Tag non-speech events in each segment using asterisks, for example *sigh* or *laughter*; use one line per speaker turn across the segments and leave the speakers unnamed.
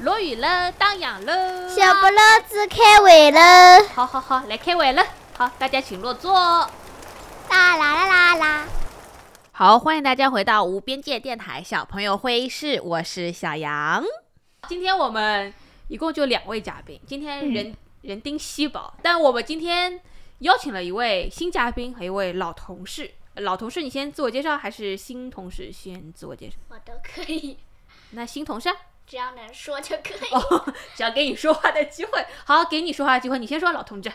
落雨了，打烊喽！
小不拉子开会了，
好好好，来开会了。好，大家请落座哦。
啦啦啦啦啦！
好，欢迎大家回到无边界电台小朋友会议室，我是小杨。今天我们一共就两位嘉宾，今天人、人丁稀薄，但我们今天邀请了一位新嘉宾和一位老同事。呃老同事，你先自我介绍，还是新同事先自我介绍？
我都可以，
那新同事啊、
只要能说就可以。
哦，只要给你说话的机会，好，给你说话的机会，你先说，老同志。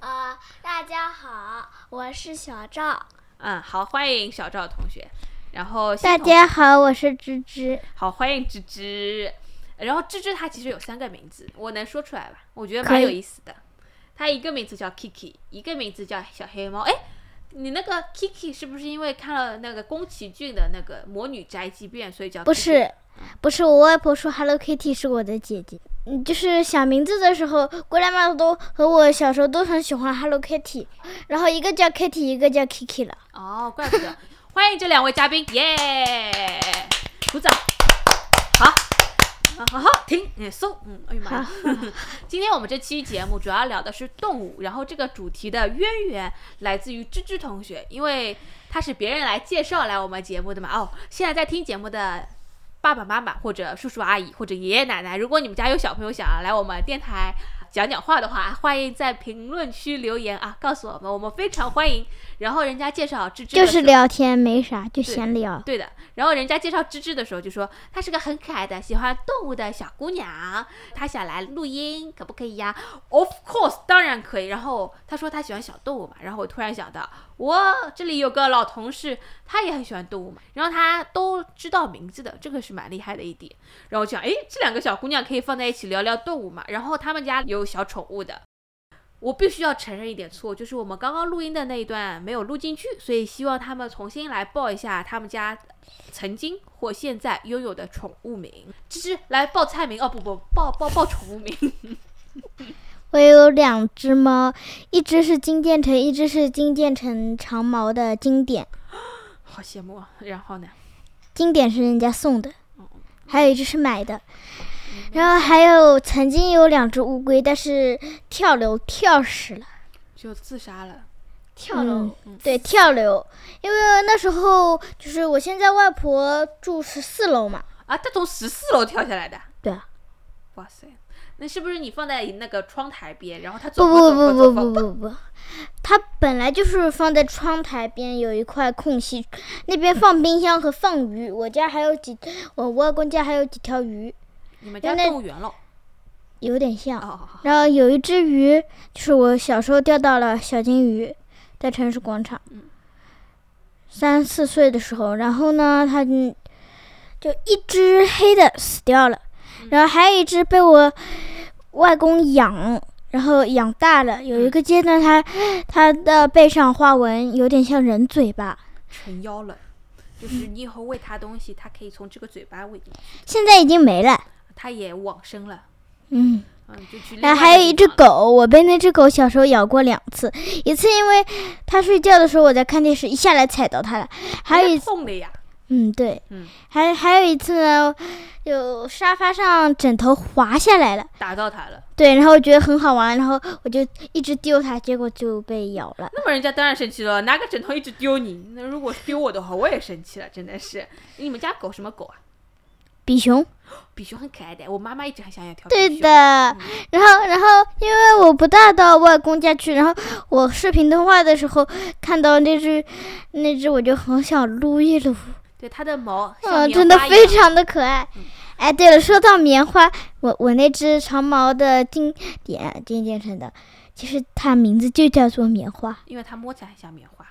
呃，大家好，我是小赵。
嗯，好，欢迎小赵同学。然后新
大
同
家好，我是芝芝。
好，欢迎芝芝。然后芝芝她其实有三个名字，我能说出来吧？我觉得
可
蛮
以
有意思的。她一个名字叫 Kiki，一个名字叫小黑猫。哎，你那个 Kiki 是不是因为看了那个宫崎骏的那个《魔女宅急便》，所以叫 Kiki？
不是，不是，我外婆说 Hello Kitty 是我的姐姐。嗯，就是想名字的时候，姑娘们都和我小时候都很喜欢 Hello Kitty，然后一个叫 Kitty，一个叫 Kiki 了。
哦，怪不得。欢迎这两位嘉宾，耶！鼓掌。好，好好好，停，嗯，松，嗯，哎呀妈呀！今天我们这期节目主要聊的是动物，然后这个主题的渊源来自于芝芝同学，因为他是别人来介绍来我们节目的嘛。哦，现在在听节目的爸爸妈妈或者叔叔阿姨或者爷爷奶奶，如果你们家有小朋友想要来我们电台讲讲话的话，欢迎在评论区留言啊，告诉我们，我们非常欢迎。然后人家介绍芝芝的
就
时候
是聊天，没啥，就闲聊。
对的，然后人家介绍芝芝的时候就说她是个很可爱的喜欢动物的小姑娘，她想来录音，可不可以呀？Of course，当然可以。然后她说她喜欢小动物嘛，然后我突然想到，我这里有个老同事，他也很喜欢动物嘛，然后他都知道名字的，这个是蛮厉害的一点。然后我就想，诶，这两个小姑娘可以放在一起聊聊动物嘛，然后他们家有小宠物的。我必须要承认一点错，就是我们刚刚录音的那一段没有录进去，所以希望他们重新来报一下他们家曾经或现在拥有的宠物名，芝芝来报菜名哦，不不报报报宠物名。
我有两只猫，一只是金渐层，一只是金渐层长毛的经典，
*laughs* 好羡慕啊！然后呢？
经典是人家送的，还有一只是买的。
嗯
然后还有曾经有两只乌龟，但是跳楼跳死了。
就自杀了。
跳
嗯
楼，
对，跳楼，因为那时候就是我现在外婆住十四楼嘛，
啊，他从十四楼跳下来的。
对啊。
哇塞，那是不是你放在那个窗台边，然后他走
不
过
不
走过
不
走
不
过
不不不，她本来就是放在窗台边有一块空隙，那边放冰箱和放鱼，我家还有几，我外公家还有几条鱼，
你们家
原来
动物园了？
有点
哦
像。
好好，好
然后有一只鱼，就是我小时候钓到了小金鱼，在城市广场
嗯，
三四岁的时候，然后呢，它嗯就一只黑的死掉了，然后还有一只被我外公养，然后养大了。有一个阶段它，它的背上花纹有点像人嘴巴，
成妖了。就是你以后喂它东西，它可以从这个嘴巴喂你，
现在已经没了。
它也往生了。
嗯，
嗯，就去另
然后
外
还有
地
一只
方了
狗，我被那只狗小时候咬过两次，一次因为它睡觉的时候我在看电视，一下来踩到它了，还有
人
一
家 *laughs*
次，
痛的呀。
嗯，对，
嗯，
还还有一次呢，有沙发上枕头滑下来了，
打到它了。
对，然后我觉得很好玩，然后我就一直丢它，结果就被咬了。
那么人家当然生气了，拿个枕头一直丢你。那如果是丢我的话，我也生气了，真的是。你们家狗什么狗啊？
比熊，
比熊很可爱的，我妈妈一直很想要啊条比
对
熊。嗯
的，然后然后因为我不大到外公家去，然后我视频通话的时候看到那只那只，我就很想撸一撸。
对它的毛像
嗯，
棉
真的
花一
非
样嗯
常的可爱。哎，对了，说到棉花，我我那只长毛的经典金渐层的，其实它名字就叫做棉花。
因为它摸起来很像棉花。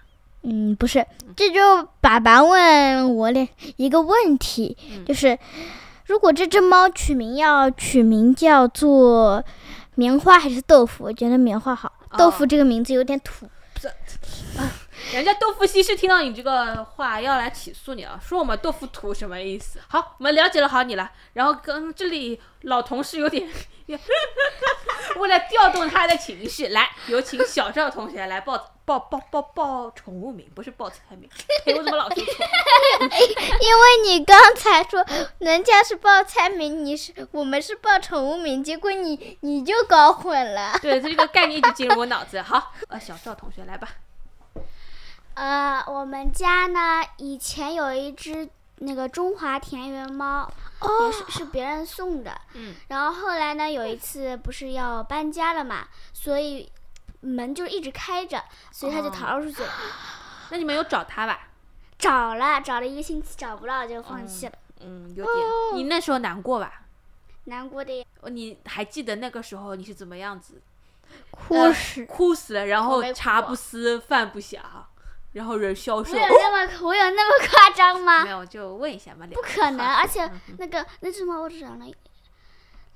嗯，不是，这就爸爸问我俩一个问题，
嗯
就是如果这只猫取名要取名叫做棉花还是豆腐？我觉得棉花好，
哦
豆腐这个名字有点土。
*laughs* 人家豆腐西施听到你这个话要来起诉你了，啊说我们豆腐土什么意思？好，我们了解了好你了。然后跟这里老同事有点有 *laughs* 为了调动他的情绪，来，有请小赵同学来报报报报报宠物名，不是报菜名。哎，我怎么老说错？
*laughs* 因为你刚才
*laughs*
说人家是报菜名，你是我们是报宠物名，结果你你就搞混了。
对，这个概念一直进入我脑子。好，呃，小赵同学来吧。
呃，我们家呢以前有一只那个中华田园猫，
哦
也是是别人送的。
嗯。
然后后来呢，有一次不是要搬家了嘛，所以门就一直开着，所以它就
哦
逃出去了。
那你们有找他吧？
找了找了一个星期找不到，就放弃了，
嗯，有点。你那时候难过吧？
难过的呀。
哦你还记得那个时候你是怎么样子？
哭
呃
死！
哭死了，然
我没
后
哭
茶不思饭不想，然后人消瘦
我有。那么、我有那么夸张吗
没？有，就问一下嘛。
不可能，而且那个那只猫我只养了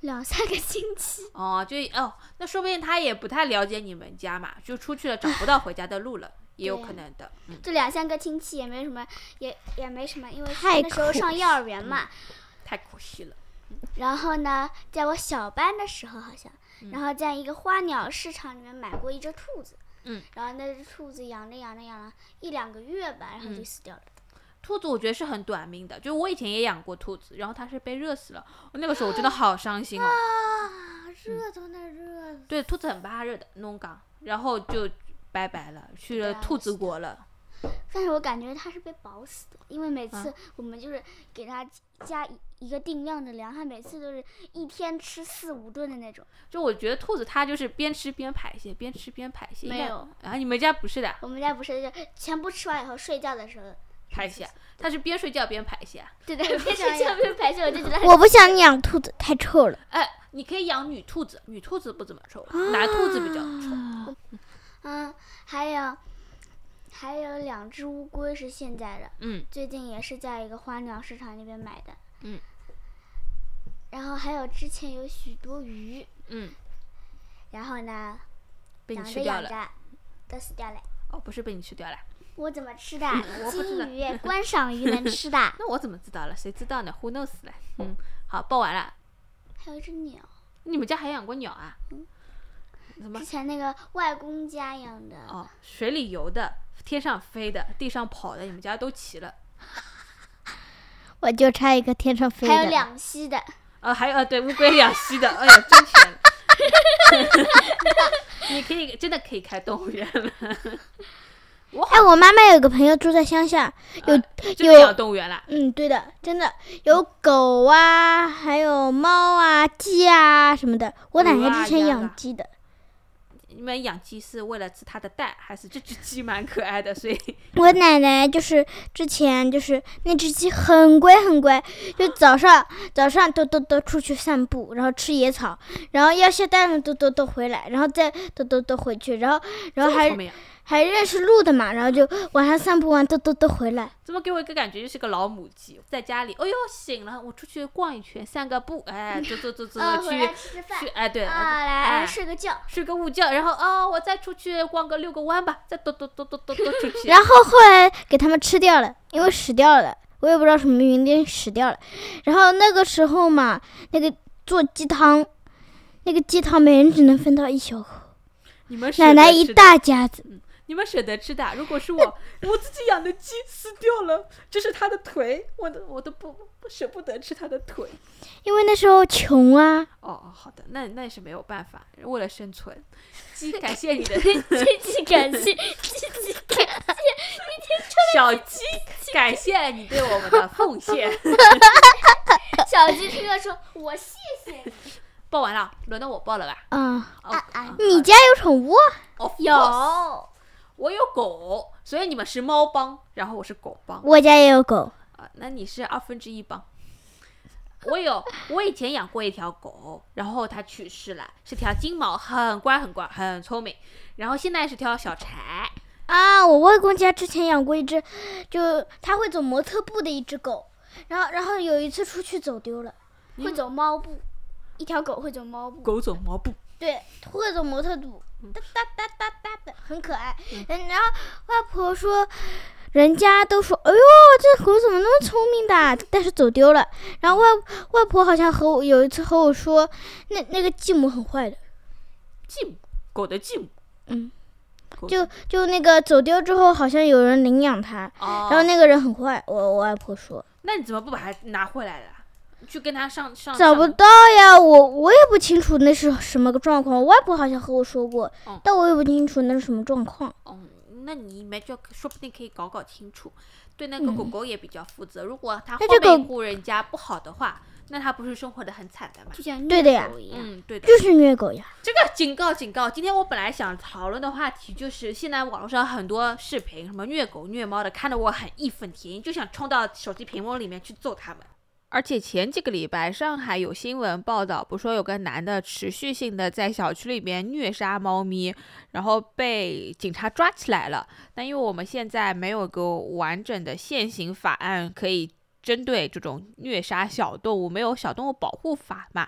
两三个星期。
哦，就哦，那说不定他也不太了解你们家嘛，就出去了找不到回家的路了，也有
对
可能的。嗯，
这两三个亲戚也没什么，也也没什么，因为
太
那时候
苦
上幼儿园嘛。
太可惜了。
然后呢，在我小班的时候好像，然后在一个花鸟市场里面买过一只兔子。
嗯。
然后那只兔子养着养着养了一两个月吧，然后就死掉了。
兔子我觉得是很短命的，就我以前也养过兔子，然后它是被热死了，我那个时候我真的好伤心哦。
啊，热都那热死。
对，兔子很怕热的，弄港，然后就拜拜了，去了
对啊
兔子国了。
但是我感觉它是被饱死的，因为每次我们就是给它加一一个定量的粮，它每次都是一天吃四五顿的那种。
就我觉得兔子它就是边吃边排泄，边吃边排泄。应
没
该
有
啊，你们家不是的，
我们家不是就全部吃完以后睡觉的时候，
排泄，它是边睡觉边排泄啊。
对 *laughs* 对，边睡觉边排泄，我就 *laughs* 觉得很
我不想养兔子，太臭了。
哎，你可以养女兔子，女兔子不怎么臭，男兔子比较臭。
嗯，还有还有两只乌龟是现在的，
嗯，
最近也是在一个花鸟市场那边买的。
嗯。
然后还有之前有许多鱼，
嗯，
然后呢，
被你
养
吃
着
掉
养
了。
着都死掉了。
哦，不是被你吃掉了，
我怎么吃的？
嗯我不知道，
金鱼、观赏鱼能吃的
*laughs* 那我怎么知道了？谁知道呢？Who knows 了？嗯，好，报完了。
还有一只鸟，
你们家还养过鸟啊？什么
之？前那个外公家养的。
哦，水里游的，天上飞的，地上跑的，你们家都齐了。
我就差一个天上飞的。
还有两栖的，
呃，还有呃，对，乌龟两栖的，哎呀，真全了。 *laughs* 你可以真的可以开动物园了， *laughs*
我哎，我妈妈有个朋友住在乡下，有、
呃
真的养动物园啦。
嗯，对的，真的有狗啊，还有猫啊、鸡啊什么的。我奶
鹅啊
奶之前
鸭
养
啊
鸡的，
你们养鸡是为了吃它的蛋，还是这只鸡蛮可爱的， *laughs* 所以
我奶奶就是之前就是那只鸡很乖很乖，就早上早上都都都出去散步，然后吃野草，然后要下蛋了都都都回来，然后再都都都回去，然后然后
这么
还
聪明啊
还认识路的嘛，然后就晚上散步完都都都回来。
怎么给我一个感觉就是个老母鸡，在家里，哎呦醒了，我出去逛一圈，散个步，哎，走走走 *laughs* 走
啊，回来
去
吃吃饭
去，，哎对，
啊，来
哎
睡个觉，
睡个午觉，然后哦，我再出去逛个遛个弯吧，再跺跺跺跺跺跺出去。
然后后来给他们吃掉了，因为死掉了，我也不知道什么原因死掉了。然后那个时候嘛，那个做鸡汤，那个鸡汤每人只能分到一小口，
*laughs* 你们舍
奶
得
奶一
吃的，
大家子。
你们舍得吃的啊。如果是我，我自己养的鸡死掉了，这是它的腿，我都我都不不舍不得吃它的腿。
因为那时候穷啊，
哦哦，好的，那那也是没有办法，为了生 *laughs* 存。鸡，感谢你的
*laughs* 积极
*laughs*
感谢，积极感谢。
小鸡，感谢你对我们的奉 *laughs* 献。
小鸡听了说：“我谢谢你。
报完了，轮到我报了吧？
啊、
*laughs* 哦
啊
你家有宠物？啊
哦，
有，
我有狗，所以你们是猫帮，然后我是狗帮
我家也有狗，
啊，那你是二分之一帮。我有，我以前养过一条狗，然后它去世了，是条金毛，很乖很乖，很聪明。然后现在是条小柴，
啊，我外公家之前养过一只，就它会走模特步的一只狗，然后然后有一次出去走丢了，
会走猫步，一条狗会走猫步。
狗走毛步。
对，会走模特步，哒哒哒哒哒的，很可爱。嗯，然后外婆说，人家都说，哎呦，这狗怎么那么聪明的啊？但是走丢了。然后外外婆好像和我有一次和我说，那那个继母很坏的，
继母，狗的继母。
嗯
狗的，
就就那个走丢之后，好像有人领养它，
哦，
然后那个人很坏，我我外婆说
那你怎么不把它拿回来了？啊去跟它上上
找
上
不到呀，我我也不清楚那是什么个状况，我外婆好像和我说过
嗯，
但我也不清楚那是什么状况。
哦，那你们就说不定可以搞搞清楚，对那个狗狗也比较负责。如果它后
嗯那这
面
狗
雇人家不好的话，那它不是生活的很惨的吗？
就像
对
虐
的呀
狗一样。
嗯，对的。
就是虐狗呀，
这个警告警告！今天我本来想讨论的话题就是，现在网络上很多视频，什么虐狗虐猫的，看得我很义愤填膺，就想冲到手机屏幕里面去揍他们。而且前几个礼拜，上海有新闻报道，不说有个男的持续性的在小区里面虐杀猫咪，然后被警察抓起来了。但因为我们现在没有个完整的现行法案可以针对这种虐杀小动物，没有小动物保护法嘛，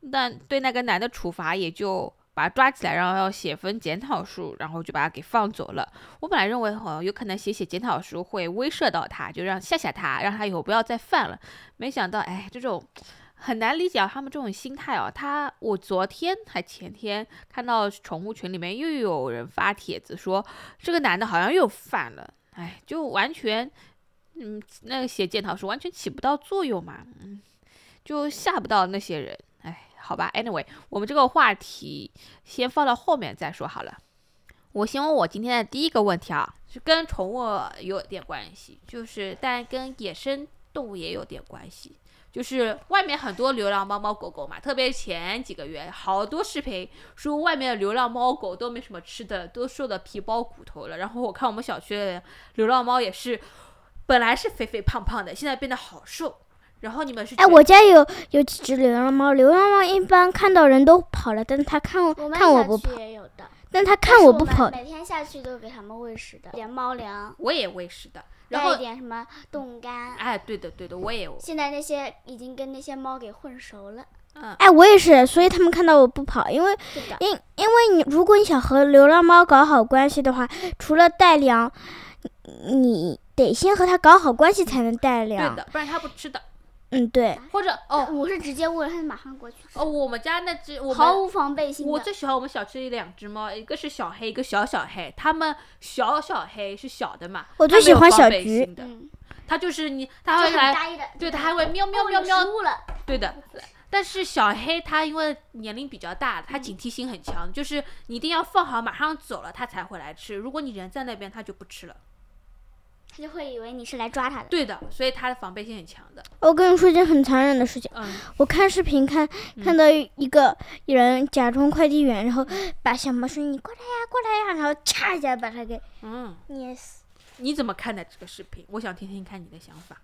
那对那个男的处罚也就把他抓起来，然后要写份检讨书，然后就把他给放走了。我本来认为好像有可能写写检讨书会威慑到他，就让吓吓他，让他以后不要再犯了。没想到，哎，这种。很难理解啊，他们这种心态啊。他，我昨天还前天看到宠物群里面又有人发帖子说，这个男的好像又犯了，哎，就完全，嗯，那个写检讨书完全起不到作用嘛，嗯，就吓不到那些人。哎，好吧，anyway，我们这个话题先放到后面再说好了。我先问我今天的第一个问题啊，是跟宠物有点关系，就是但跟野生动物也有点关系。就是外面很多流浪猫猫狗狗嘛，特别前几个月，好多视频说外面的流浪猫狗都没什么吃的，都瘦的皮包骨头了。然后我看我们小区的流浪猫也是，本来是肥肥胖胖的，现在变得好瘦。然后你们是
哎，
觉得
我家有有几只流浪猫，流浪猫一般看到人都跑了，但它看我
我们
看我不
小
跑，
区也有的，
但它
但
看
是我
不
们
跑，
每天下去都给他们喂食的，点猫粮，
我也喂食的，然
带一
后
点什么冻干。
哎，对的对的，我也有
现在那些已经跟那些猫给混熟了，
嗯，
哎，我也是，所以他们看到我不跑，因为
对的。
因因为你如果你想和流浪猫搞好关系的话，除了带粮，你你得先和它搞好关系才能带
对
粮。
的，不然它不吃的。
嗯，对，
或者哦
我是直接问他马上过去，
哦，我们家那只我
毫
们
无防备心
我
的。
最喜欢我们小区里两只猫，一个是小黑，一个小小黑。它们小小黑是小的嘛，
我最
它没有
喜欢小
防备
菊
心的，
嗯，
它就是你，
就
它会
很
来，
呆的。
对，它
他
还会喵喵
哦
喵
有
喵
食，物了，
对的。 *laughs* 但是小黑它因为年龄比较大，它
嗯
警惕性很强，就是你一定要放好，马上走了它才会来吃。如果你人在那边，它就不吃了。
他就会以为你是来抓他的。
对的，所以它的防备心很强的。
我跟你说一件很残忍的事情，
嗯，
我看视频看看到一个人假装快递员，然后把小猫说你过来呀，过来呀，然后掐一下把它给
嗯，
捏死。
你怎么看待这个视频？我想听听看你的想法。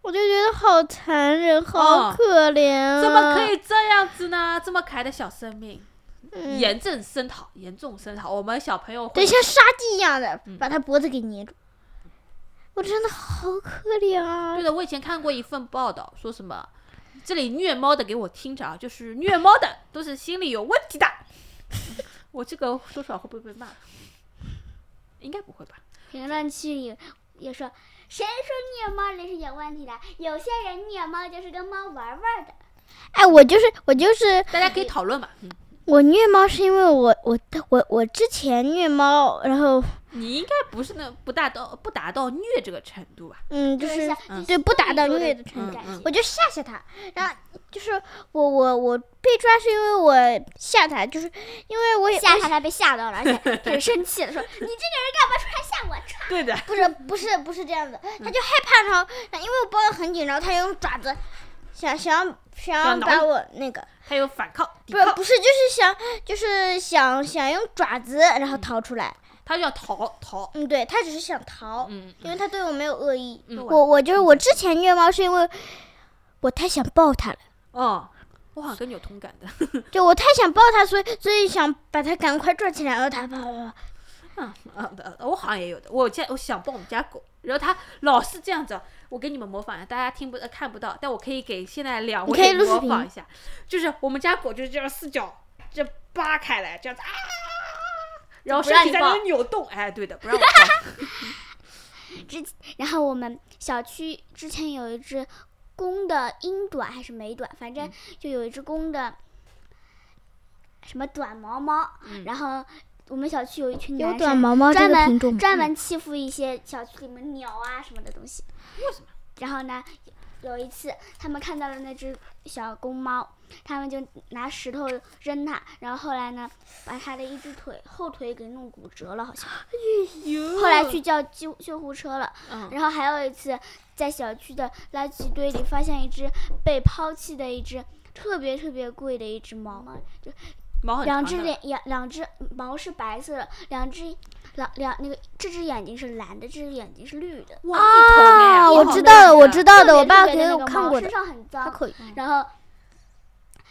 我就觉得好残忍，好
哦
可怜、啊
怎么可？以这样子呢？这么可爱的小生命，
嗯
严正声讨，严重声讨。我们小朋友
对，
会，
像杀鸡一样的
嗯
把它脖子给捏住。我真的好可怜啊
对！的，我以前看过一份报道，说什么这里虐猫的给我听着啊，就是虐猫的都是心理有问题的。我这个说出来会不会被骂？应该不会吧？
评论区里也说，谁说虐猫人是有问题的？有些人虐猫就是跟猫玩玩的。
哎，我就是我就是
大家可以讨论嘛。嗯
我虐猫是因为我我我我之前虐猫，然后
你应该不是那不达到不达到虐这个程度吧？
嗯就
就是像
嗯
对不达到虐嗯的
的
程
度
感觉。
我就吓吓它，然后就是我我我被抓是因为我吓它，就是因为嗯我也
吓他，他被吓到了，而且很生气的说：“你这个人干嘛出来吓我？”
对的，
不是不是不是这样的，它就害怕，然后因为我抱得很紧，然后它用爪子想想要
想
想
挠
要把
你
我那个。
还有反抗、抵
不是
抗，
不是，就是想就是想想用爪子然后逃出来。
他就要逃逃。
嗯，对，他只是想逃，
嗯，
因为他对我没有恶意。
嗯
我我就是我之前虐猫是因为我太想抱它了，
哦，我好像跟你有同感的。 *laughs*
就我太想抱它，所以所以想把它赶快抓起来，然后它跑跑跑。
嗯，呃呃我好像也有的。我家我想抱我们家狗，然后它老是这样子。我给你们模仿一下，大家听不呃看不到，但我可以给现在两
你可以
位
录视
模
频
仿一下，就是我们家狗就是这样四脚这样扒开来，这样子啊，然后
不
身
让
体
你
在那
抱
里扭动，哎，对的，不让
*laughs*
我抱
然后我们小区之前有一只
嗯
公的英短还是美短，反正就有一只公的，什么短毛猫，
嗯
然后我们小区有一群
有
男
短
生
毛猫这
专
个
门
品种吗？
专门欺负一些小区里面鸟啊什么的东西。
为什么？
然后呢，有一次他们看到了那只小公猫，他们就拿石头扔它，然后后来呢，把它的一只腿后腿给弄骨折了，好像。后来去叫救救护车了。
嗯，
然后还有一次，在小区的垃圾堆里发现一只被抛弃的一只特别特别贵的一只猫，就
毛很
两
长
只
的
脸两两只毛是白色的，两只两两那个这只眼睛是蓝的，这只眼睛是绿的。
哇，一头哎的呀
啊，
一
我
头
知
的
道了，
是
我
吧
知道的，我爸
特别
给
特别那
我
个
看
猫
过的
身，上很
它
脏，
可以。
然后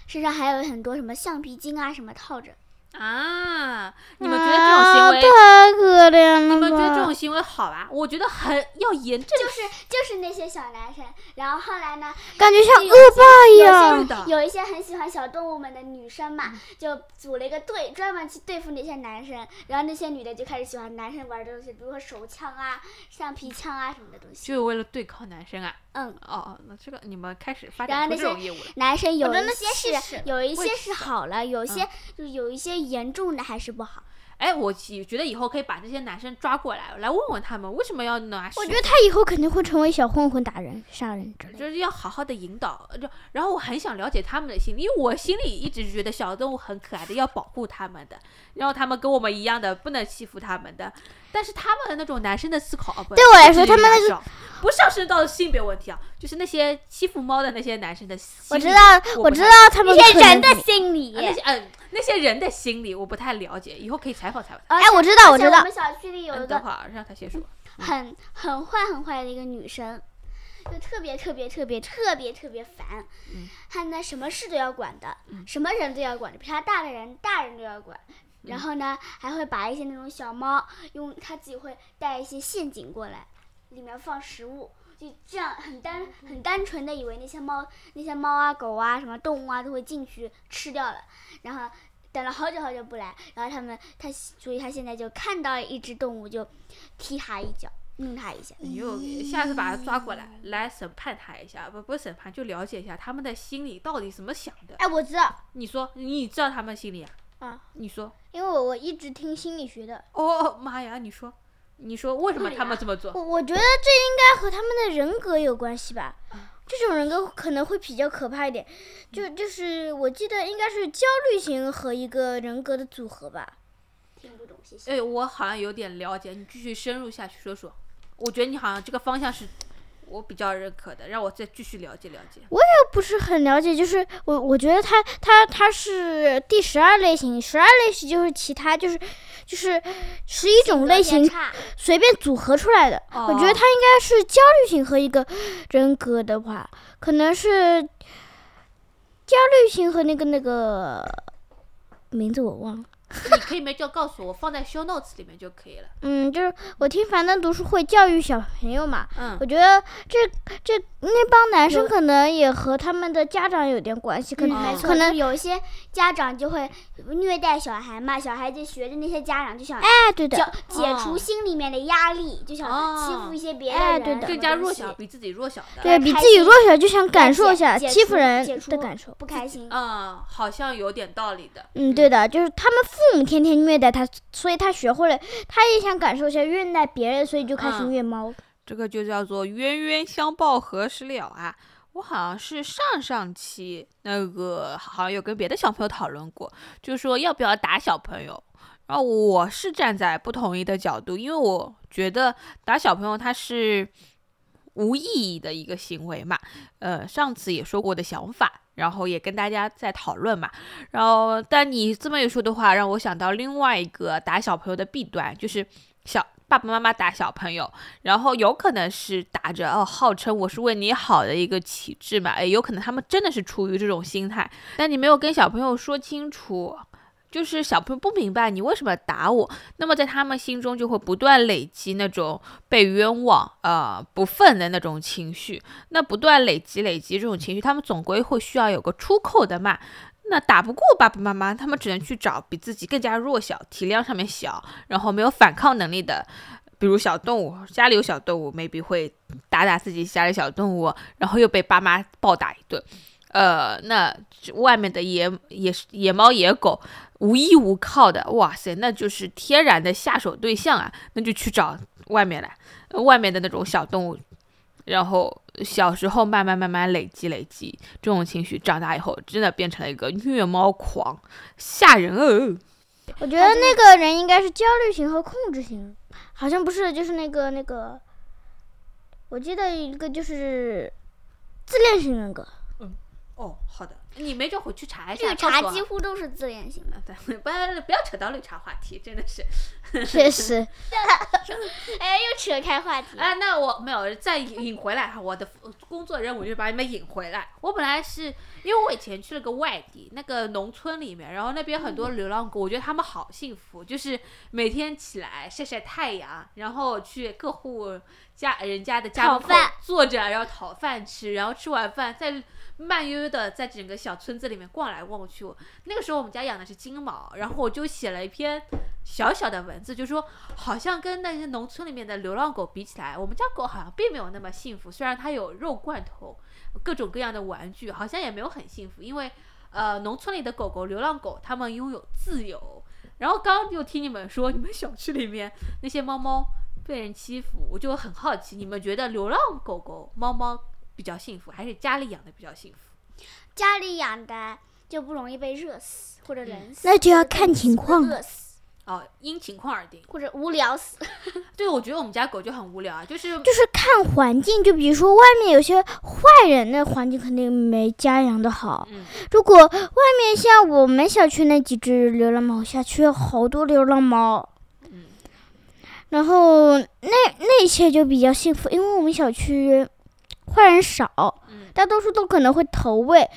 身上还有很多什么橡皮筋啊什么套着。
啊！你们觉得这种行为，
啊太可怜了吧？
你们觉得这种行为好吧？我觉得很要严正
就是就是那些小男生，然后后来呢，
感觉像
有
恶霸一样
是。的，
有一些很喜欢小动物们的女生嘛，
嗯
就组了一个队，专门去对付那些男生，然后那些女的就开始喜欢男生玩的东西，比如说手枪啊、橡皮枪啊什么的东西。
就是为了对抗男生啊。
嗯，
哦哦，那这个你们开始发
然
展
后
出
那
这种
些
业务了。
男生有
真
一
的
些
试试嗯
是有一
我也
些是好了，有些就有一些严重的还是不好。
哎，我其觉得以后可以把这些男生抓过来，来问问他们为什么要拿手
我觉得他以后肯定会成为小混混、打人、杀人之类的。
就是要好好的引导，就然后我很想了解他们的心理，因为我心里一直觉得小动物很可爱的，要保护他们的，然后他们跟我们一样的，不能欺负他们的。但是他们那种男生的思考，哦、不
对我来说
不至于
他们那
拿手不上升到性别问题啊，就是那些欺负猫的那些男生的心理。
我知道，
我
我
不
知
太
道他们可能怎么
心理
啊那些嗯、那些人的心理我不太了解，以后可以采访采访他。
哎
哎，我知道，我知
我
道，
们小区里有一
嗯，
个
等会儿让他先说。
很很坏很坏的一个女生，就特别特别特别特别特别烦
嗯，
她呢什么事都要管的
嗯，
什么人都要管的，比她大的人大人都要管。然后呢，还会把一些那种小猫，用她自己会带一些陷阱过来，里面放食物，就这样很单
嗯
很单纯的以为那些猫那些猫啊狗啊什么动物啊都会进去吃掉了，然后等了好久好久不来，然后他们他所以他现在就看到一只动物就踢它一脚，弄它一下。
你就下次把他抓过来，来审判他一下，不不是审判，就了解一下他们的心理到底怎么想的。
哎，我知道，
你说，你知道他们心里啊？
啊，
你说，
因为我我一直听心理学的，
哦妈呀，你说，你说为什么他们这么做？
我我觉得这应该和他们的人格有关系吧。这种人格可能会比较可怕一点，就就是我记得应该是焦虑型和一个人格的组合吧。
听不懂，谢谢。
哎，我好像有点了解，你继续深入下去说说。我觉得你好像这个方向是我比较认可的，让我再继续了解了解。
不是很了解。就是我，我觉得他他他是第十二类型，十二类型就是其他就是就是十一种类
性格
型
偏差，
随便组合出来的。我觉得
哦
他应该是焦虑型和一个人格的话，可能是焦虑型和那个那个名字我忘了。
哦你可以没就告诉我，放在 show notes 里面就可以了。
嗯，就是我听樊登读书会教育小朋友嘛，
嗯
我觉得这这那帮男生可能也和他们的家长有点关系，可能、
嗯没错
可能
就有一些家长就会虐待小孩嘛，小孩就学着那些家长就想
哎，对的，
解解
哦
除心里面的压力，就想欺
哦
负一些别
哎
人，
对的
更加弱小，，比自己弱小的。
对比
呃开
自己
心
弱小就想感受一下
解
欺负
除
人
解
的
除
感受。哦
不开心。
嗯，好像有点道理的。
嗯，对的，就是他们父母天天虐待他，所以他学会了，他也想感受一下虐待别人，所以就开始
嗯
虐猫。
这个就叫做冤冤相报何时了啊！我好像是上上期那个好像有跟别的小朋友讨论过，就是说要不要打小朋友。然后我是站在不同意的角度，因为我觉得打小朋友他是无意义的一个行为嘛。呃，上次也说过我的想法，然后也跟大家在讨论嘛。然后，但你这么一说的话，让我想到另外一个打小朋友的弊端，就是小爸爸妈妈打小朋友，然后有可能是打着哦号称我是为你好的一个旗帜嘛，哎，有可能他们真的是出于这种心态，但你没有跟小朋友说清楚。就是小朋友不明白你为什么打我，那么在他们心中就会不断累积那种被冤枉、呃不忿的那种情绪。那不断累积累积这种情绪，他们总归会需要有个出口的嘛。那打不过爸爸妈妈，他们只能去找比自己更加弱小、体量上面小，然后没有反抗能力的比如小动物，家里有小动物，maybe 会打打自己家里小动物，然后又被爸妈暴打一顿。呃，那这外面的野野野猫野狗无依无靠的，哇塞，那就是天然的下手对象啊，那就去找外面来，呃外面的那种小动物。然后小时候慢慢慢慢累积累积这种情绪，长大以后真的变成了一个虐猫狂，吓人哦！
我觉得那个人应该是焦虑型和控制型，好像不是，就是那个那个，我记得一个就是自恋型
*laughs*
人格，
哦，好的，你没准回去查一下。
绿
告
茶
诉我
几乎都是自恋型的，
啊对，不要不要扯到绿茶话题，真的是。
确实，
哎，又扯开话题。
哎，那我没有再引引回来哈，我的工作任务就是把你们引回来。我本来是因为我以前去了个外地，那个农村里面，然后那边很多流浪狗，我觉得他们好幸福，就是每天起来晒晒太阳，然后去各户家人家的家
讨
门口
饭
坐着，然后讨饭吃，然后吃完饭再慢悠悠的在整个小村子里面逛来逛去。那个时候我们家养的是金毛，然后我就写了一篇小小的文字，就说好像跟那些农村里面的流浪狗比起来，我们家狗好像并没有那么幸福。虽然它有肉罐头、各种各样的玩具，好像也没有很幸福，因为呃，农村里的狗狗、流浪狗，它们拥有自由。然后刚刚又听你们说，你们小区里面那些猫猫被人欺负，我就很好奇，你们觉得流浪狗狗、猫猫比较幸福，还是家里养的比较幸福？
家里养的就不容易被热死或者冷死，
那就要看情况
饿死
哦，因情况而定。
或者无聊死。
对，我觉得我们家狗就很无聊啊，就是
就是看环境，就比如说外面有些坏人，那环境肯定没家养的好。
嗯
如果外面像我们小区那几只流浪猫，小区有好多流浪猫，
嗯
然后那那些就比较幸福，因为我们小区坏人少，
嗯
大多数都可能会投喂。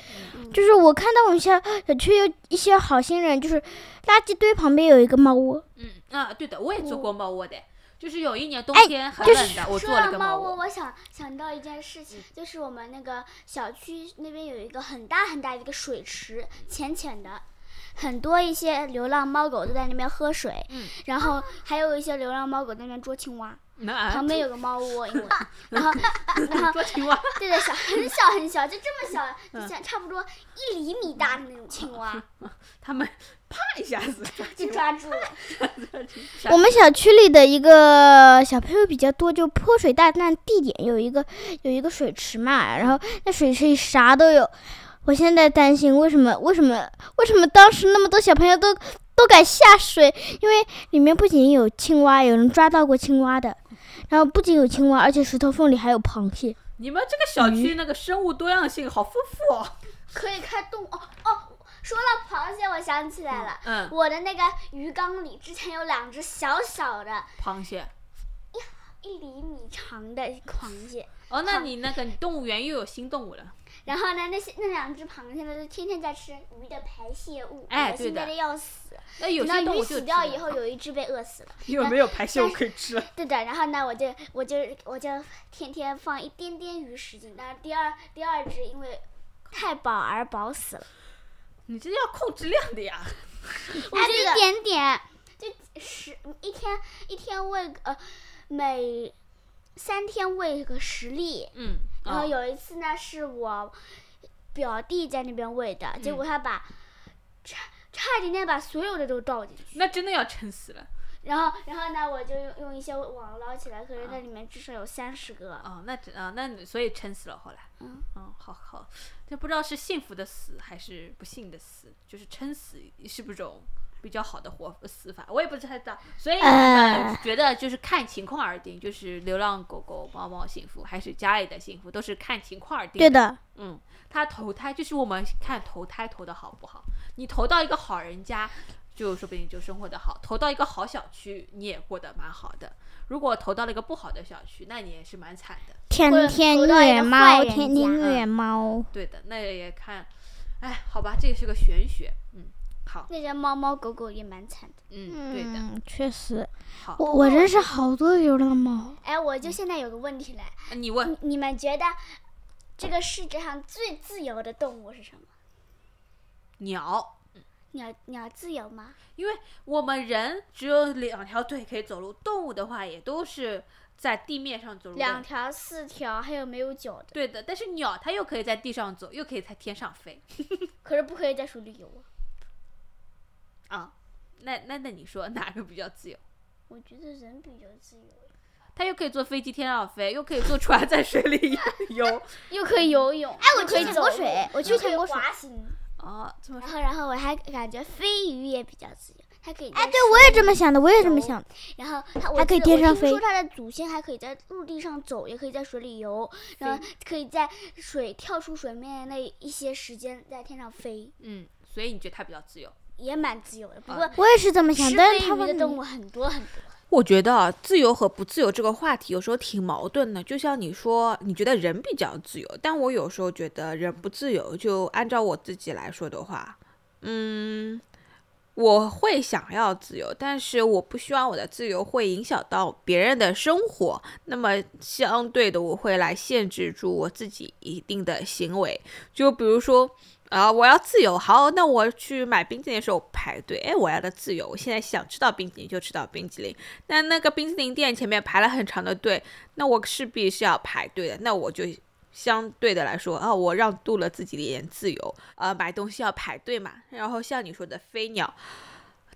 就是我看到我们小小区有一些好心人，就是垃圾堆旁边有一个猫窝，
嗯啊，对的，我也做过猫窝的，就是有一年冬
哎
天很
就
冷的，我
说
做了
到
个
啊猫
猫
窝，
窝。嗯
我想想到一件事情，就是我们那个小区那边有一个很大很大的一个水池，浅浅的。很多一些流浪猫狗都在那边喝水，
嗯
然后还有一些流浪猫狗在那边捉青蛙，
那啊
旁边有个猫
*laughs*
窝，因为然后 *laughs* 然后
捉啊青蛙，
对的小很小很小，就这么小，
嗯
就像差不多一厘米大的那种青蛙，
他们 *laughs* 啪一下子抓
就
青蛙。
*laughs* 抓住了。
我们小区里的一个小朋友比较多，就泼水大战地点有一个有一个水池嘛，然后那水池里啥都有。我现在担心为什么为什么为什么当时那么多小朋友都都敢下水？因为里面不仅有青蛙，有人抓到过青蛙的，然后不仅有青蛙，而且石头缝里还有螃蟹。
你们这个小区那个生物多样性好丰富哦。
可以开动物哦哦，说到螃蟹，我想起来了。
嗯，
我的那个鱼缸里之前有两只小小的，
螃蟹。
一厘米长的螃蟹，
哦，那你那个你动物园又有新动物了。
然后呢，那些那两只螃蟹呢，就天天在吃鱼的排泄物，
哎
恶
对
心
的
的要死。
那有
等
些
到
动
鱼
物就
死
吃
掉
了嗯
以后，，
*laughs*
有一只被饿死了。
因为没有排泄物可以吃了。
对的，然后呢，我就我就我就天天放一点点鱼食进，但是第二第二只因为太饱而饱死了，
*laughs* 你这要控制量的呀。
我
哎
就
对
一
的
点点，就十一天一天喂个呃每三天喂个十粒。
嗯。
然后
哦
有一次呢，是我表弟在那边喂的，结
嗯
果他把差差一点点把所有的都倒进去，
那真的要撑死了。
然后然后呢，我就用用一些网捞起来，可是那
嗯
里面至少有三十个。
哦，那只啊、那你所以撑死了后来，嗯，好好，这不知道是幸福的死还是不幸的死，就是撑死是不是种比较好的活呃死法，我也不太知道。所以、
哎
呃、觉得就是看情况而定，就是流浪狗狗、猫猫幸福还是家里的幸福，都是看情况而定。
对，的，
嗯，它投胎就是我们看投胎投的好不好，你投到一个好人家，就说不定就生活的好；投到一个好小区，你也过得蛮好的。如果投到了一个不好的小区，那你也是蛮惨的。
天
或者
天
投到一
虐
个坏
猫，
人
天
家
天虐猫。
对的，那也看，哎，好吧，这个是个玄学，嗯，好，
那些猫猫狗狗也蛮惨的。
嗯，对的，，
确实，
好
我我认识好多流浪猫。
哎，我就现在有个问题来，
呃你嗯问，
你们觉得这个世界上最自由的动物是什么？
鸟，
鸟鸟自由吗？
因为我们人只有两条腿可以走路，动物的话也都是。
在地面上走路
两
的。
条、四条，还有没有脚的？
对的，但是鸟它又可以在地上走，又可以在天上飞
可是不可以在水里游啊！
啊。那那那你说哪个比较自由？
我觉得人比较自由，
它又可以坐飞机天上飞，又可以坐船在水里游。 *laughs*
又可以游泳，哎
我
可以
去潜
走
过
路
水我去
又可以
潜过水
滑行。
哦，这么
然
说
后，然后我还感觉飞鱼也比较自由，它可以
哎，
在
对，我也这么想的，我也这么
走
想的。
然后它我
还可以
记
天上
我听说
飞
它的祖先还可以在陆地上走，也可以在水里游，然后可以在水跳出水面那一些时间在天上飞，
嗯，所以你觉得它比较自由？
也蛮自由的。不过
我也是这么想，
吃
但
飞
是他
鱼的
们
动物很多很多。
我觉得啊自由和不自由这个话题有时候挺矛盾的。就像你说，你觉得人比较自由，但我有时候觉得人不自由。就按照我自己来说的话，嗯，我会想要自由，但是我不希望我的自由会影响到别人的生活。那么相对的，我会来限制住我自己一定的行为。就比如说，啊，我要自由，好，那我去买冰淇淋的时候排队，哎，我要的自由，我现在想吃到冰淇淋就吃到冰淇淋。那那个冰淇淋店前面排了很长的队，那我势必是要排队的，那我就。相对的来说啊，我让渡了自己的一点自由。呃，买东西要排队嘛。然后像你说的飞鸟，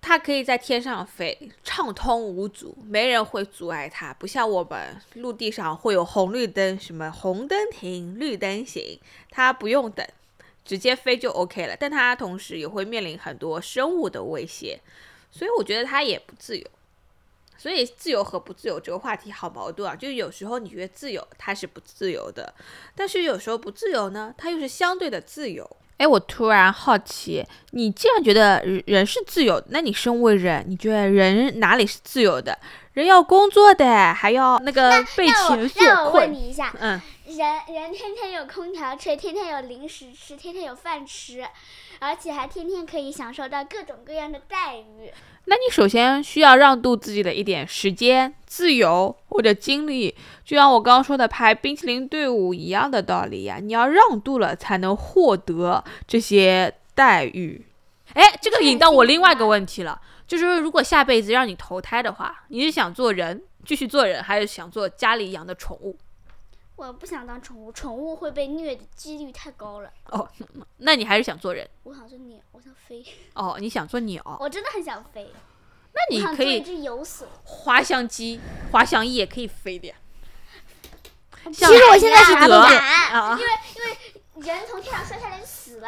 它可以在天上飞，畅通无阻，没人会阻碍它。不像我们陆地上会有红绿灯，什么红灯停，绿灯行，它不用等，直接飞就 OK 了。但它同时也会面临很多生物的威胁，所以我觉得它也不自由。所以自由和不自由这个话题好矛盾啊！就是有时候你觉得自由，它是不自由的；但是有时候不自由呢，它又是相对的自由。哎，我突然好奇，你既然觉得人人是自由，那你身为人，你觉得人哪里是自由的？人要工作的，还要那个被
那我
情绪
那我问
困。
你一下，
嗯，
人人天天有空调吹，天天有零食吃，天天有饭吃，而且还天天可以享受到各种各样的待遇。
那你首先需要让渡自己的一点时间、自由或者精力，就像我刚刚说的排冰淇淋队伍一样的道理呀、你要让渡了，才能获得这些待遇。
哎，这个引到我另外一个问题了，就是如果下辈子让你投胎的话，你是想做人继续做人，还是想做家里养的宠物？
我不想当宠物，宠物会被虐的几率太高了。
哦那你还是想做人
我想做鸟，我想飞，
哦，你想做鸟，
我真的很想飞。
那你
我想
可
做一
以
只游隼。
滑翔机、滑翔翼也可以飞的呀。其
其实我现在是
鹅
得
啊啊，哦
人从天上摔下来就死了，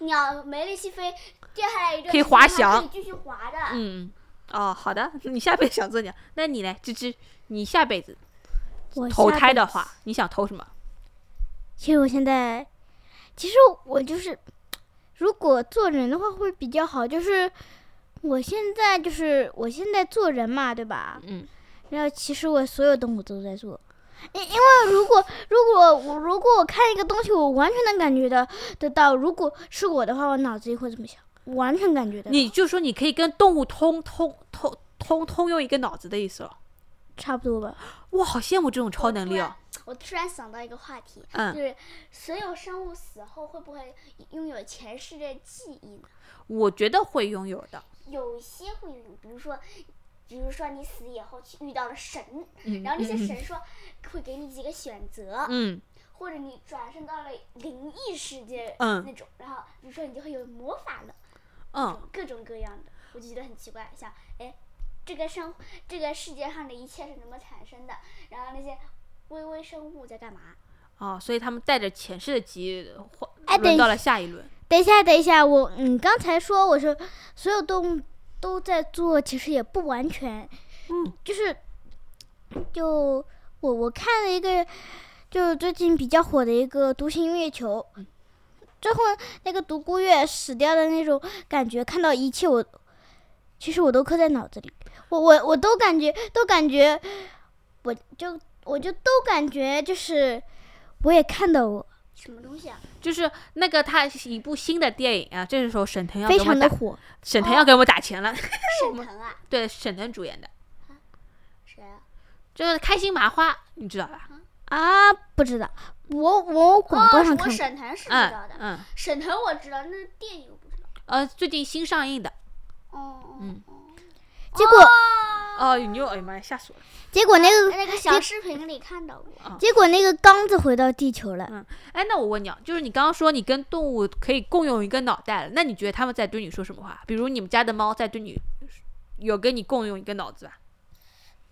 鸟鸟没力气飞，掉下来一个
可以滑翔
可以继续滑的。
嗯，哦，好的，你下辈子想做鸟，那你呢，芝芝？你下辈子
我
投
下
胎
辈
的
子
话，你想投什么？
其实我现在，其实我就是，如果做人的话会比较好。就是我现在就是我现在做人嘛，对吧？
嗯。
然后其实我所有动物都在做，因因为如果如果我如果我看一个东西，我完全能感觉到得到。如果是我的话，我脑子里会这么想，完全感觉得到
你就说你可以跟动物通通通通通用一个脑子的意思了。
差不多吧。
哇，好羡慕这种超能力哦！
我突然想到一个话题，
嗯
就是所有生物死后会不会拥有前世的记忆呢？
我觉得会拥有的。
有一些会有，比如说，比如说你死以后去遇到了神，
嗯
然后那些
嗯
神说会给你几个选择，
嗯，
或者你转身到了灵异世界
嗯
那种，然后比如说你就会有魔法了，
嗯，
各种各样的，我就觉得很奇怪，想哎，这个生这个世界上的一切是怎么产生的？然后那些微微生物在干嘛？
哦，所以他们带着前世的记忆，换
哎等
轮
一
到
下
了下一轮。
等一下，等一下，我你刚才说我说所有动物都在做，其实也不完全，
嗯，
就是就我我看了一个，就是最近比较火的一个《独行月球》，最后那个独孤月死掉的那种感觉，看到一切我，其实我都刻在脑子里，我我我都感觉都感觉，我就我就都感觉就是我也看到我，
什么东西啊？
就是那个他一部新的电影啊，这时候沈腾要给
非
我们
常的
打，
火，
沈腾要给我们打钱
*laughs*
哦
了。
沈腾啊？
对，沈腾主演的，
谁啊？
就是《开心麻花》，你知道吧？
嗯
啊，不知道，我我广告上
哦，
看
我
过，
沈腾是知道
嗯
的，
嗯，
沈腾我知道，那电影我不知道。
呃，最近新上映的。
哦哦
嗯
哦，
结果
哦，你又哎呀妈呀，吓死我了！
结果那
啊
个
那个小视频里看到过，
结果那个缸子回到地球了。
哎，那我问你啊，就是你刚刚说你跟动物可以共用一个脑袋了，那你觉得它们在对你说什么话？比如你们家的猫在对你有跟你共用一个脑子吧？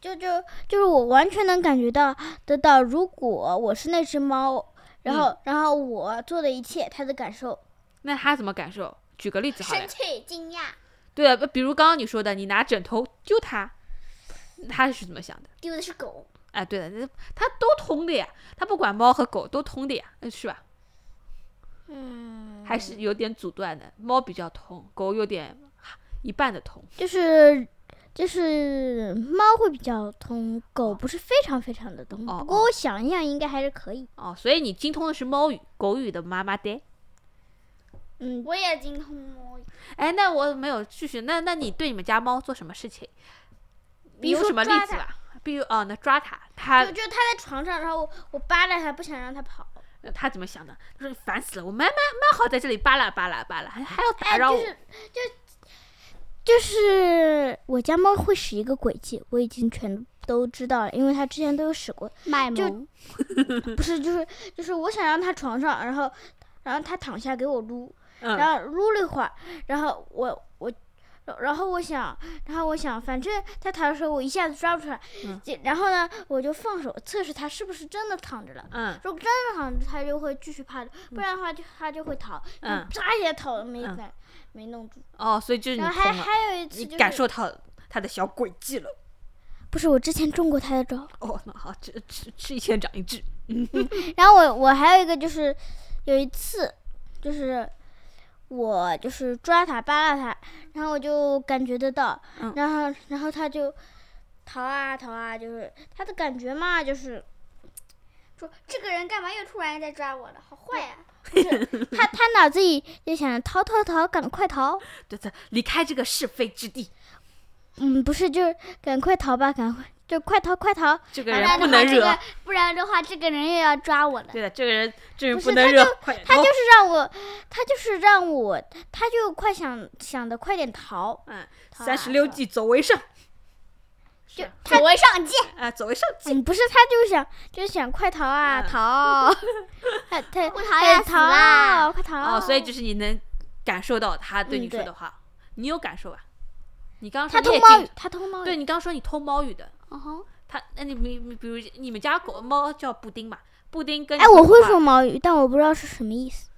就就就是我完全能感觉到得到，如果我是那只猫，然
嗯
后、然后我做的一切它的感受，
那它怎么感受？举个例子好了
生，气、惊讶、
对啊，比如刚刚你说的，你拿枕头丢它，它是怎么想的？
丢的是狗，
哎，对了，那它都通的呀，它不管猫和狗都通的呀，呃是吧？
嗯，
还是有点阻断的，猫比较通，狗有点一半的通。
就是就是猫会比较通，狗不是非常非常的通。
哦
不过我想一想，应该还是可以。
哦，所以你精通的是猫语，狗语的妈妈呆。
嗯，
我也哦精通猫语，
哎，那我没有继续。那那你对你们家猫做什么事情？
比
你有
如
什么例
抓
子
它
吧？比如哦，那抓它，它
就就它在床上，然后我我扒拉它，不想让它跑。
它怎么想的？他说烦死了，我蛮蛮蛮好在这里扒拉扒拉扒拉，还还要
哎
打扰我。
就是我家猫会使一个诡计，我已经全都知道了，因为它之前都有使过。
卖
就
嗯
不是，就是就是我想让它床上，然后然后它躺下给我撸，
嗯，
然后撸了一会儿，然后我我，然后我想，然后我想，反正它躺的时候我一下子抓不出来，
嗯
这然后呢我就放手测试它是不是真的躺着了。
嗯
如果真的躺着，它就会继续趴着，不然的话就它就会逃，就
嗯
抓一下逃了没
嗯
在没弄住。
哦，所以就是你
然后
通
还
了，
还有一次
你
就是
感受到它的小诡计了。
不是我之前中过它的招，
哦，那好，吃吃吃一堑长一智。
然后我我还有一个就是，有一次，就是我就是抓它扒拉它，然后我就感觉得到，
嗯
然后然后它就逃啊逃啊，就是它的感觉嘛，就是
说这个人干嘛又突然在抓我了，好坏啊呀、
它它脑子里就想逃逃逃，赶快逃，
对对，离开这个是非之地，
嗯，不是就是赶快逃吧，赶快就快逃快逃，
这个
哎不
人
然
不
的
能
话，这
惹。
个不然的话，这个人又要抓我了。
对的，这个人这个人
不
不
是
能
他
惹哦
就，
快点
它
逃
就是让我，它就是让我，它就快想想的快点逃，
嗯，
逃
三
啊
十六
逃
计走为上，
就是
啊
走为上计，
啊，走为上计。
嗯，不是，他就想就想快逃啊，
嗯 *laughs*
逃，他他
不逃
哎
要死
逃
啦！
啊，快逃！
哦，所以就是你能感受到他对
嗯
你说
对
的话，你有感受吧？你刚
他
刚说
偷
你也
猫
经
语，，他偷猫语，
对你刚刚说你偷猫语的，
嗯哼，
他那你比比如你们家狗猫叫布丁嘛？布丁跟你
哎，我会
话
说，猫语，但我不知道是什么意思。！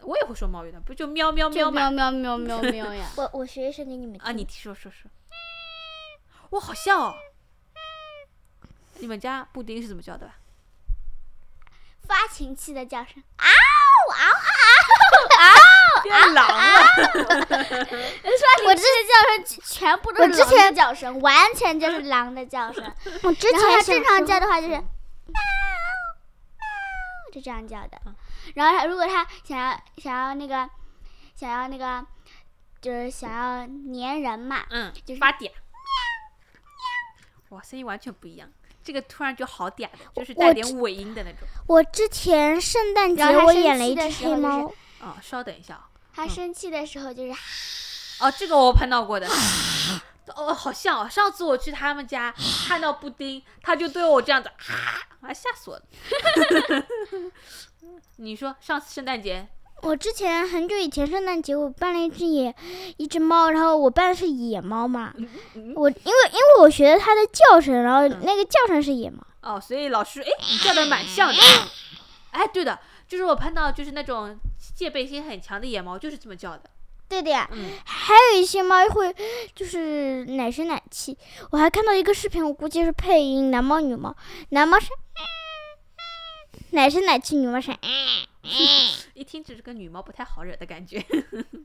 我也会说猫语的，不就喵喵喵
就
嘛？
喵喵喵喵喵呀
我我学一声给你们
啊，你说说说，我好像哦。你们家布丁是怎么叫的吧？
发情期的叫声，
啊
变狼了，
我之前叫声全部都
我
是
之
狼的
前
叫声，完全就是狼的叫声。然
我之
后它
前
正常叫的话就是
嗯
喵喵，就这样叫的。然后它如果它想要想要那个想要那个就是想要粘人嘛，
嗯，
就是
发嗲， *laughs* 哇，声音完全不一样。这个突然就好嗲的，就是
我
带点尾音的那种。
我之前圣诞节
然后它
我
生
演了
气
一
的
只
时
黑
候就是
猫，
哦，稍等一下啊、
嗯
它生气的时候就是
哦，这个我碰到 *laughs* 过的。哦，好像哦，上次我去他们家看到布丁，他就对我这样子，啊，吓死我了。 *laughs* 你说上次圣诞节，
我之前很久以前圣诞节我办了一只野一只猫，然后我办的是野猫嘛，
嗯
我因为因为我学的它的叫声，然
嗯
后那个叫声是野猫。
哦，所以老师，哎，你叫的蛮像的。哎，对的，就是我碰到就是那种戒备心很强的野猫，就是这么叫的。
对的呀，
嗯
还有一些猫会就是奶声奶气。我还看到一个视频，我估计是配音，男猫女猫，男猫是奶声奶气，女猫是
一听就是跟女猫不太好惹的感觉。 *laughs*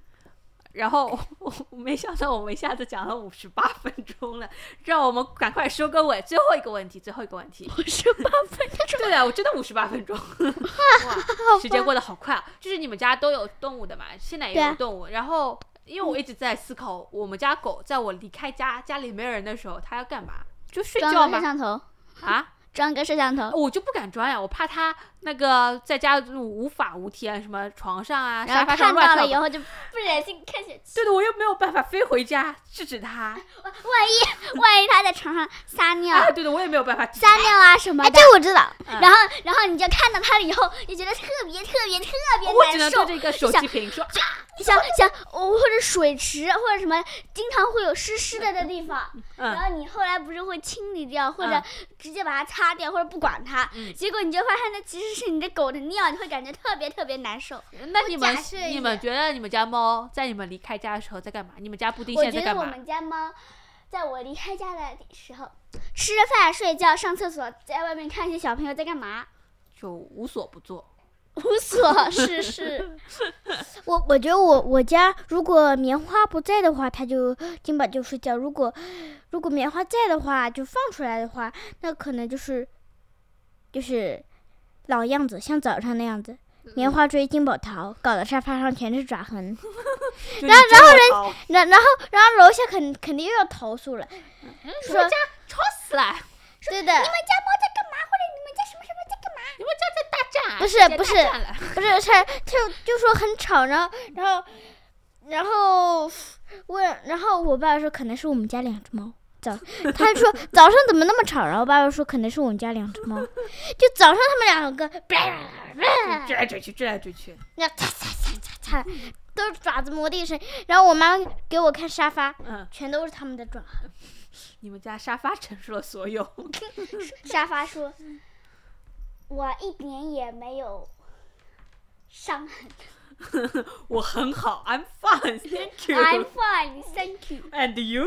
然后我我没想到我们一下子讲了五十八分钟了，让我们赶快收个尾。最后一个问题，最后一个问题，五十八分钟， *laughs* 对啊，我真的五十八分 *laughs* 钟，哇，时间过得好快啊！就是你们家都有动物的嘛，现在
对
也有
啊
动物。然后因为我一直在思考，我们家啊狗在我离开家家里没人的时候，它要干嘛？就睡
装
觉
个摄
吗？
像头，
啊，
装个摄像头，
我就不敢装呀，我怕他那个在家无法无天，什么床上啊、
然
沙
后
发上
看到
乱
了以
跳。
后就
不忍心看下去。
对的，我又没有办法飞回家制止他。
万一他在床上撒尿，
啊，对的，我也没有办法制止。
撒尿啊什么
哎，
的，
这我知道。
嗯
然后，然后你就看到他了以后，就觉得特别特别特
我只
别难
能
受
对。着一个手
想
机屏说，
像像哦，或者水池或者什么，经常会有湿湿的的地方，然
嗯，
后你后来不是会清理掉，或者
嗯
直接把它擦掉，或者不管它，
嗯
结果你就发现那其实是你的狗的尿，你会感觉特别特别难受。
那你们
假设
你
一
们觉得你们家猫在你们离开家的时候在干嘛？你们家布丁
我
现在
觉
在
得
干
我
嘛？
们家猫，在我离开家的时候，吃着饭、睡觉、上厕所，在外面看一些小朋友在
*laughs*
干嘛，
就无所不作。
无所事
*laughs*
事。
我我觉得我我家如果棉花不在的话，它就今晚就睡觉；如果如果棉花在的话，就放出来的话，那可能就是就是老样子，像早上那样子。棉花追金宝逃，搞得沙发上全是爪痕。 *laughs*
然然后人
然然后然后楼下肯肯定又要投诉了，说
吵死了，
对的，
你们家在大战，
不是
在
呃不
大
是
战了
不是是就就说很吵，然后然后然后问，然后我爸爸说可能是我们家两只猫。早，他 *laughs* 说早上怎么那么吵？然后爸爸说可能是我们家两只猫，就早上他们两个，
追来追去，追来追去。
那嚓嚓嚓嚓嚓，都是爪子磨地声。然后我妈给我看沙发，
嗯，
全都是他们的爪。
你们家沙发承受了所有。 *laughs*
沙发说：“嗯我一点也没有伤痕
我很好，I'm fine, thank
*laughs*
*laughs*
，I'm
you,
fine, thank you。
and you。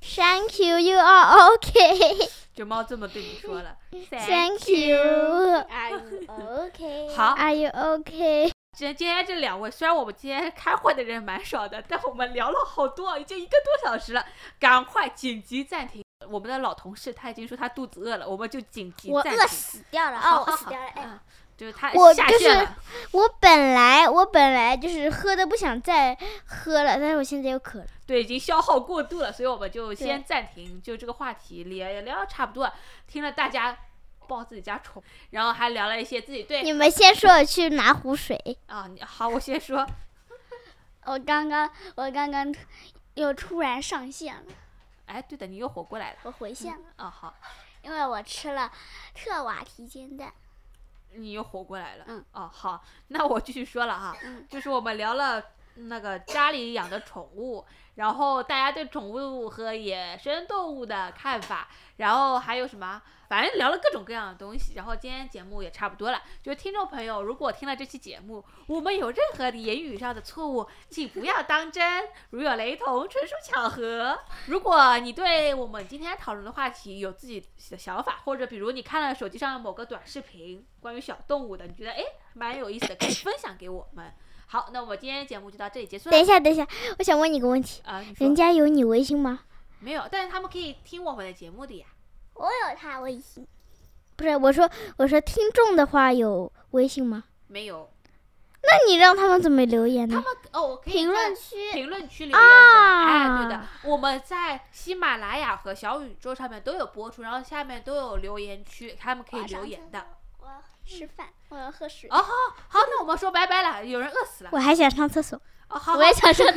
Thank you, you are okay.
这猫这么对你说
*laughs*
了。
Thank 啊 you.
Are you okay？
好，
Are you okay?
今今天这两位，虽然我们今天开会的人蛮少的，但我们聊了好多，已经一个多小时了，赶快紧急暂停。我们的老同事他已经说他肚子饿了，我们就紧急
我
暂
饿
停。
死掉了。
哦，我死掉了，哎，
嗯，就是他
我
下
就
线
是
了。
我本来我本来就是喝的不想再喝了，但是我现在又渴了。
对，已经消耗过度了，所以我们就先暂停，就这个话题聊也聊得差不多了。听了大家抱自己家宠，然后还聊了一些自己对
你们先说，我去拿壶水。
啊，你好，我先说，
我刚刚我刚刚又突然上线了，
哎，对的，你又活过来了
我回线了，
啊，好，
嗯因为我吃了特瓦提煎蛋。
你又活过来了，
嗯，
哦，好，那我继续说了哈，就是我们聊了。那个家里养的宠物，然后大家对宠物和野生动物的看法，然后还有什么，反正聊了各种各样的东西。然后今天节目也差不多了，就是听众朋友，如果听了这期节目，我们有任何的言语上的错误，请不要当真，如有雷同，纯属巧合。如果你对我们今天讨论的话题有自己的想法，或者比如你看了手机上某个短视频关于小动物的，你觉得诶蛮有意思的，可以分享给我们。好，那我们今天节目就到这里结束了
等一下，等一下，我想问你个问题：
啊、你说
人家有你微信吗？
没有，但是他们可以听我们的节目的呀。
我有它，我已经
不是，我说我说听众的话有微信吗？
没有，
那你让他们怎么留言
他
呢
们？哦，我可以在
评论区啊
评论区留言的。哎，对的，我们在喜马拉雅和小宇宙上面都有播出，然后下面都有留言区，他们可以留言的。。
我要吃饭，我要喝水。
哦，好，好，那我们说拜拜了，有人饿死了
我。还想上厕所。
哦，好，好
我也想说，
*laughs*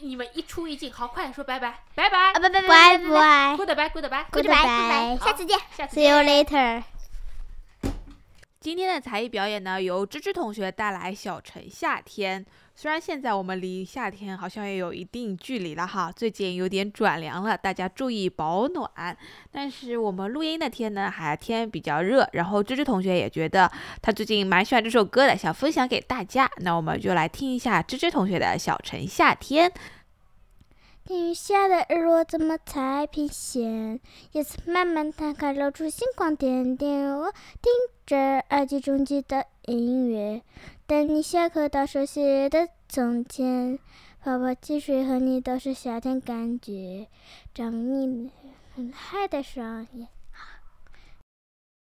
你们一出一进，好，快点说拜拜，拜拜
啊，拜拜
拜
拜拜拜
拜
，goodbye，goodbye，goodbye，
，goodbye，
下次见。
下次
See you
见。
later。
今天的才艺表演呢，由芝芝同学带来《小城夏天》。虽然现在我们离夏天好像也有一定距离了哈，最近有点转凉了，大家注意保暖。但是我们录音那天呢，还天比较热，然后芝芝同学也觉得他最近蛮喜欢这首歌的，想分享给大家。那我们就来听一下芝芝同学的《小城夏天》。
天雨下的日落怎么才平线？叶子慢慢摊开，露出星光点点。我听着耳机中记的音乐，等你下课到熟悉的从前，泡泡汽水和你都是夏天感觉，长你的海的双眼。